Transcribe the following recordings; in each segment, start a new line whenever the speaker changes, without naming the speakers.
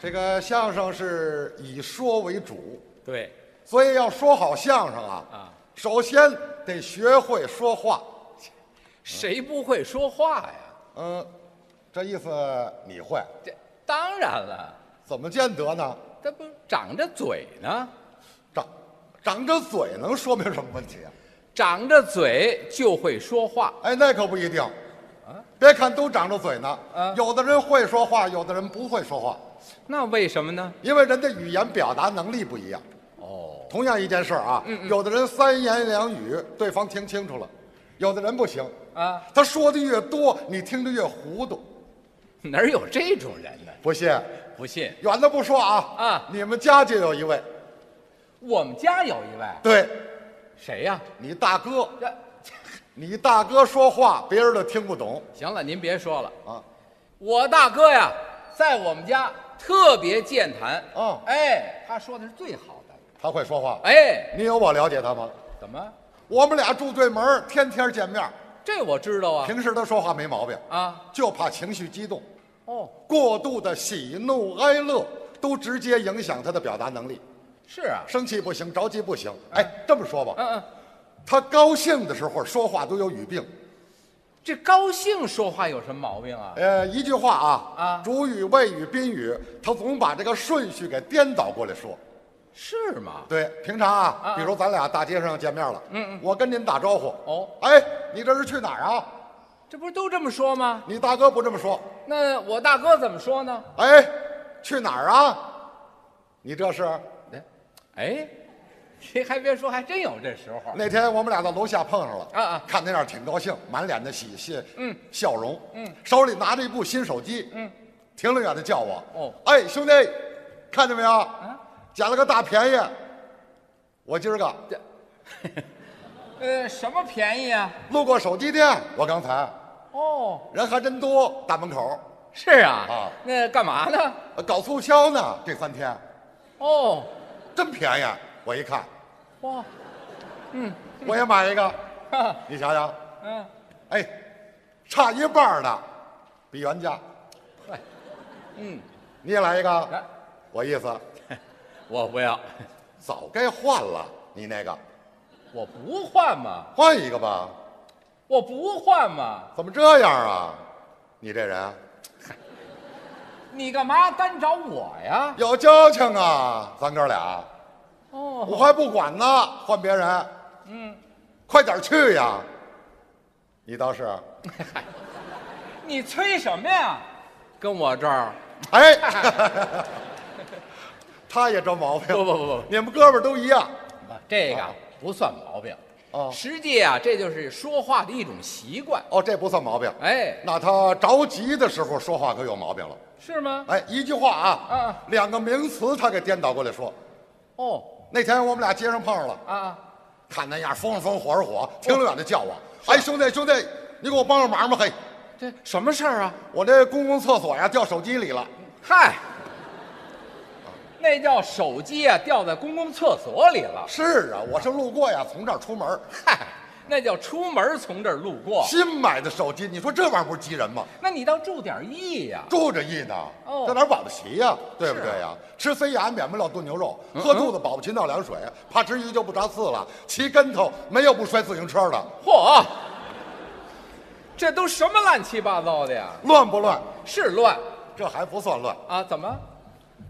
这个相声是以说为主，
对，
所以要说好相声啊，
啊
首先得学会说话。
谁不会说话呀？
嗯，这意思你会？
这当然了，
怎么见得呢？
这不长着嘴呢，
长长着嘴能说明什么问题啊？
长着嘴就会说话。
哎，那可不一定。别看都长着嘴呢，
啊
有的人会说话，有的人不会说话，
那为什么呢？
因为人的语言表达能力不一样。
哦，
同样一件事儿啊，
嗯
有的人三言两语对方听清楚了，有的人不行
啊，
他说的越多，你听着越糊涂。
哪儿有这种人呢？
不信，
不信，
远的不说啊，
啊
你们家就有一位，
我们家有一位，
对
谁呀、
你大哥，
这
你大哥说话别人都听不懂
行了，您别说了，
啊。
我大哥呀，在我们家特别健谈。
哦
哎，他说的是最好的。
他会说话，
哎，
你有我了解他吗？
怎么？
我们俩住对门儿，天天见面儿，
这我知道啊。
平时他说话没毛病，
啊，
就怕情绪激动，
哦，
过度的喜怒哀乐都直接影响他的表达能力。
是啊。
生气不行，着急不行。哎，这么说吧，
嗯嗯，
他高兴的时候说话都有语病。
这高兴说话有什么毛病啊？
呃，一句话啊，
啊
主语、谓语、宾语，他总把这个顺序给颠倒过来说。
是吗？
对，平常啊，
啊
比如咱俩大街上见面了，嗯嗯，我跟您打招呼，
哦，
哎，你这是去哪儿啊？
这不是都这么说吗？
你大哥不这么说，
那我大哥怎么说呢？
哎，去哪儿啊？你这是
哎，您还别说，还真有这时候。
那天我们俩在楼下碰上了，
啊啊
看他那样挺高兴，满脸的喜喜，嗯，笑容，嗯，手里拿着一部新手机，嗯，停了远的叫我，
哦，啊
哎，兄弟，看见没有？捡了个大便宜，我今儿个
呃，什么便宜啊？
路过手机店，我刚才
哦，
人还真多，大门口
是啊。
啊
那干嘛呢？
呃搞促销呢，这三天
哦，
真便宜，我一看
哇，
我也买一个，
哈，
你想想，
嗯，
哎，差一半儿呢，比原价，
哎，嗯，
你也来一个，
来，
我意思。
我不要，
早该换了，你那个
我不换嘛，
换一个吧，
我不换嘛，
怎么这样啊？你这人
你干嘛单找我呀？
有交情啊，咱哥俩，
哦，
我还不管呢，换别人，嗯，快点去呀！你倒是，
你催什么呀？跟我这儿？
哎，他也这毛
不
病，
不不不，
你们哥们儿都一样，
这个
啊
啊不算毛病。
哦
实际啊，这就是说话的一种习惯。
哦，这不算毛病。
哎，
那他着急的时候说话可有毛病了，
是吗？
哎，一句话
啊
啊
啊，
两个名词他给颠倒过来说。
哦，
那天我们俩街上碰上了。
啊，
看那样风是风火是火，挺远的叫我，哎，兄弟兄弟，你给我帮个忙吧，嘿，
这什么事儿啊？
我这公共厕所呀掉手机里了，
嗨，那叫手机啊，掉在公共厕所里了。
是啊，我是路过呀，从这儿出门，
嗨，那叫出门从这儿路过。
新买的手机，你说这玩意儿不是急人吗？
那你倒注点意呀、
住着意呢
哦，
这哪儿保得齐呀？对不对呀？吃塞牙免不了炖牛肉，喝肚子保不齐闹凉水，怕吃鱼就不扎刺了，骑跟头没有不摔自行车的，
嚯，这都什么乱七八糟的呀？
乱不乱？
是乱
这还不算乱，
啊？怎么？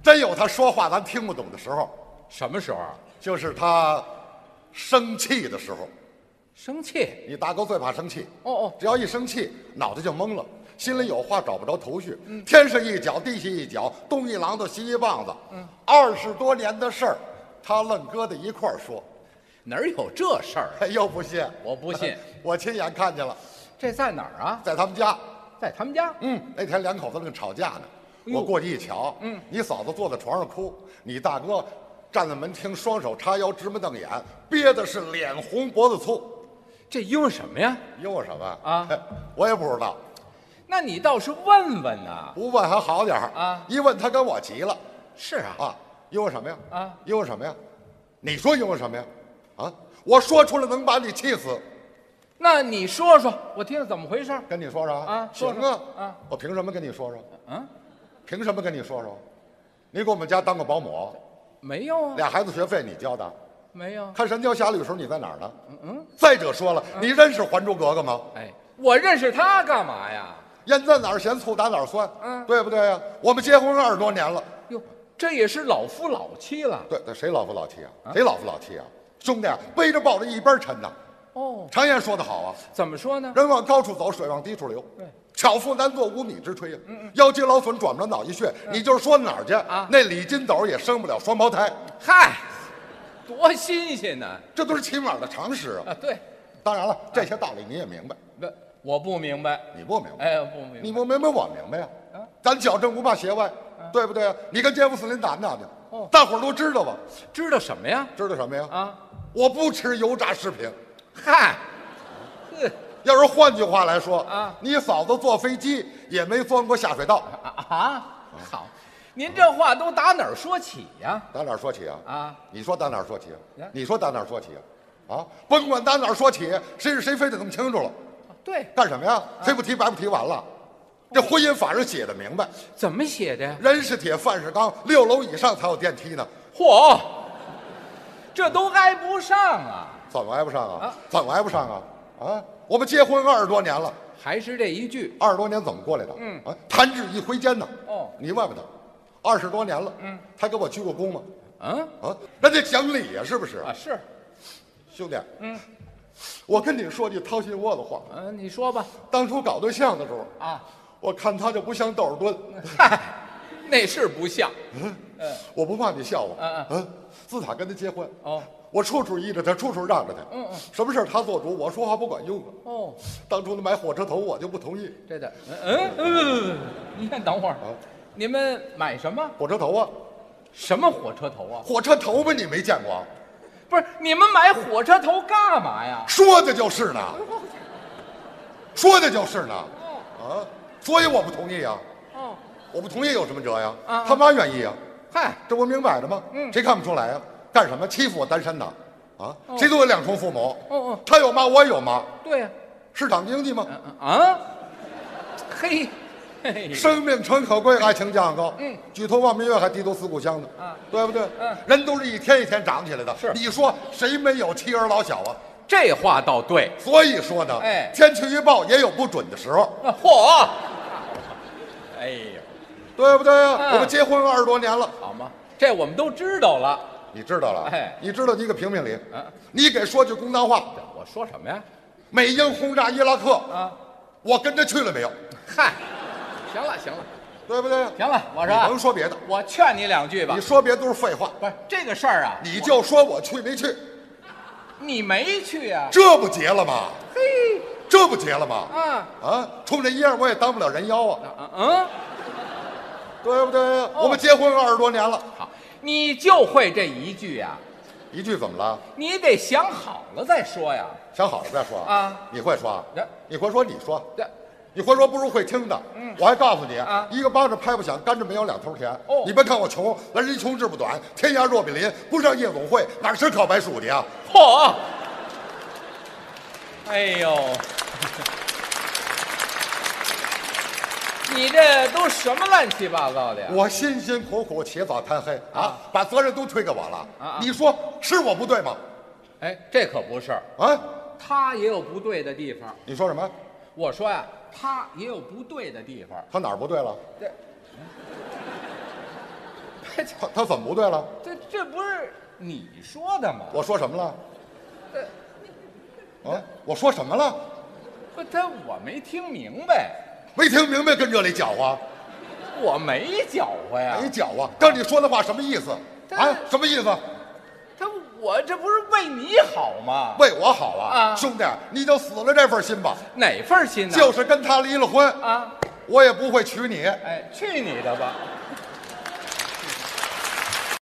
真有他说话咱听不懂的时候，
什么时候啊
就是他生气的时候。
生气？
你大哥最怕生气，
哦哦，
只要一生气，脑袋就懵了，心里有话找不着头绪，天上一脚，地下一脚，东一榔头西一棒子。二十多年的事儿，他愣搁在一块儿说，
哪儿有这事儿啊？啊
哎又不信，
我不信，
我亲眼看见了，
这在哪儿啊？
在他们家，
在他们家。
嗯，那天两口子正吵架呢，
呦
我过去一瞧，嗯，你嫂子坐在床上哭，你大哥站在门厅，双手叉腰，直目瞪眼，憋的是脸红脖子粗，
这因为什么呀？
因为什么
啊？
我也不知道。
那你倒是问问呐。
不问还好点儿
啊
一问他跟我急了
是啊，
啊，因为什么呀？
啊，
因为什么呀？你说因为什么呀？啊，我说出来能把你气死，
那你说说，我听听怎么回事儿。
跟你说说
啊说
行
说
啊，
啊，
我凭什么跟你说说？
嗯，
凭什么跟你说说？你给我们家当个保姆，
没有啊，
俩孩子学费你交的。
没有。
看《神雕侠侣》的时候你在哪儿呢？嗯嗯。再者说了，你
嗯
认识《还珠格格》吗？
哎，我认识他干嘛呀？
盐在哪儿咸，醋打哪儿酸，
嗯
对不对呀、我们结婚二十多年了，
哟，这也是老夫老妻了。
对，对谁老夫老妻啊？谁老夫老妻啊？兄弟啊，背着抱着一边沉呐。
哦，
常言说得好啊，
怎么说呢？
人往高处走，水往低处流。
对嗯
巧妇难做无米之炊啊！腰肌劳损，转不了脑溢血。你就是说哪儿去
啊
那李金斗也生不了双胞胎，
嗨，多新鲜呢！
这都是起码的常识啊。
啊，对，
当然了，这些道理你也明白，
那我不明白。
你不明白，
哎，啊不明
你
白。
不明白我明白呀、咱矫正不怕邪歪，对不对啊？你跟杰夫斯林打没打去？大伙儿都知道吧？
知道什么呀？
知道什么呀？
哦啊，
我不吃油炸食品。
嗨，呵，
要是换句话来说
啊
你嫂子坐飞机也没钻过下水道，
啊啊，好，您这话都打哪儿说起呀？
打哪儿说起啊？
啊，
你说打哪儿说起啊
呀？
你说打哪儿说起啊？啊，甭管打哪儿说起，谁是谁非得弄清楚了，
对，
干什么呀？非不提白不提，完了。这婚姻法上写的明白，
怎么写的呀？
人是铁，饭是钢，六楼以上才有电梯呢，
嚯，这都挨不上啊！
怎么挨不上啊
啊？
怎么挨不上啊？啊，我们结婚二十多年了，
还是这一句，
二十多年怎么过来的？
嗯
啊，弹指一挥间呢。
哦
你问问他，二十多年了，嗯，他给我鞠过躬吗？
嗯
啊，人家讲理呀，是不是？
啊是，
兄弟，嗯，我跟你说句掏心窝子话，啊
嗯、你说吧
当初搞对象的时候，
啊，
我看他就不像窦尔敦，
嗯嗨，那是不像，
我不怕你笑话，
嗯
嗯，自打跟他结婚，
哦
我处处依着他，处处让着他，
嗯嗯，
什么事儿他做主，我说话不管用啊。
哦，
当初他买火车头，我就不同意，
这的，嗯嗯嗯，你先等会儿，
啊
你们买什么
火车头啊，
什么火车头啊？
火车头吧，你没见过啊？
不是，你们买火车头干嘛呀？
说的就是呢， 说的就是呢，啊，所以我不同意啊，
哦，
我不同意有什么辙呀？
啊
他妈愿意啊。
嗨，
这不明摆着吗？
嗯
谁看不出来呀、干什么欺负我单身呢？啊，谁都有两重父母。
哦哦
他有妈，我也有妈。
对呀、
市场经济吗？
嗯啊，嘿，嘿，
生命诚可贵，爱情价更高。
嗯，
举头望明月，还低头思故乡呢。
啊
对不对？
嗯
人都是一天一天长起来的。
是
你说谁没有妻儿老小啊？
这话倒对。
所以说呢，
哎
天气预报也有不准的时候，
啊嚯，哎呦，
对不对呀、
嗯
我们结婚二十多年了，
好嘛，这我们都知道了。
你知道了？
哎
你知道你给评评理，
嗯
你给说句公道话，
我说什么呀？
美英轰炸伊拉克，
啊，
我跟着去了没有？
嗨，行了行了
对不对？
行了，我
你甭
说
说别的，
我劝你两句吧
你。说别的都是废话，
不是这个事儿啊，
你就说我去没去，
你没去呀、
这不结了吗？
嘿，
这不结了吗？
啊，
啊，冲这样我也当不了人妖啊，
嗯嗯，
对不对呀？
哦
我们结婚二十多年了，
好，你就会这一句呀、
一句怎么了？
你得想好了再说呀。
想好了再说
啊！
你会说啊
这？
你会说？你说？
这
你会说不如会听的。我还告诉你
啊，
一个巴掌拍不响，甘蔗没有两头甜。
哦
你别看我穷，来人穷志不短，天涯若比邻。不上夜总会，哪是烤白薯去啊？
嚯，哎呦， 你这都什么乱七八糟的呀？
我辛辛苦苦起早贪黑啊，把责任都推给我
啊
了
啊。
你说是我不对吗？
哎，这可不是，
啊，
他也有不对的地方。
你说什么？
我说呀、他也有不对的地方。
他哪儿不对了？
这，
他他怎么不对了？
这这不是你说的吗？
我说什么了？啊，我说什么了？
不，他我没听明白，
没听明白，跟这里搅和，
我没搅和呀。
没搅和。刚你说的话什么意思？
但
啊
是，
什么意思？
他我这不是为你好吗？
为我好啊，
啊
兄弟，你就死了这份心吧。
哪份心呢？
就是跟他离了婚，
啊，
我也不会娶你。
哎，去你的吧！